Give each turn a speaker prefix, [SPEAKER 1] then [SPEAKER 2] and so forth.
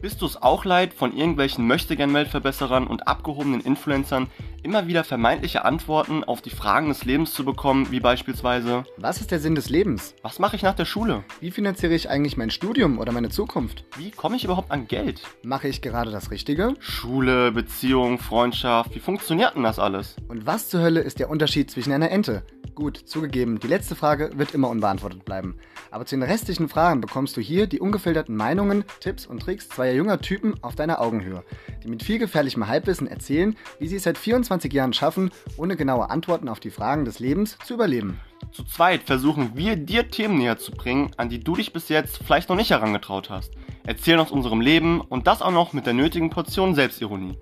[SPEAKER 1] Bist du es auch leid, von irgendwelchen Möchtegern-Weltverbesserern und abgehobenen Influencern immer wieder vermeintliche Antworten auf die Fragen des Lebens zu bekommen, wie beispielsweise,
[SPEAKER 2] Was ist der Sinn des Lebens?
[SPEAKER 1] was mache ich nach der Schule?
[SPEAKER 2] Wie finanziere ich eigentlich mein Studium oder meine Zukunft?
[SPEAKER 1] Wie komme ich überhaupt an Geld?
[SPEAKER 2] Mache ich gerade das Richtige?
[SPEAKER 1] Schule, Beziehung, Freundschaft, wie funktioniert denn das alles?
[SPEAKER 2] Und was zur Hölle ist der Unterschied zwischen einer Ente? Gut, zugegeben, die letzte Frage wird immer unbeantwortet bleiben. Aber zu den restlichen Fragen bekommst du hier die ungefilterten Meinungen, Tipps und Tricks zweier junger Typen auf deiner Augenhöhe, die mit viel gefährlichem Halbwissen erzählen, wie sie es seit 24 Jahren schaffen, ohne genaue Antworten auf die Fragen des Lebens zu überleben.
[SPEAKER 1] Zu zweit versuchen wir dir Themen näher zu bringen, an die du dich bis jetzt vielleicht noch nicht herangetraut hast. Erzählen aus unserem Leben und das auch noch mit der nötigen Portion Selbstironie.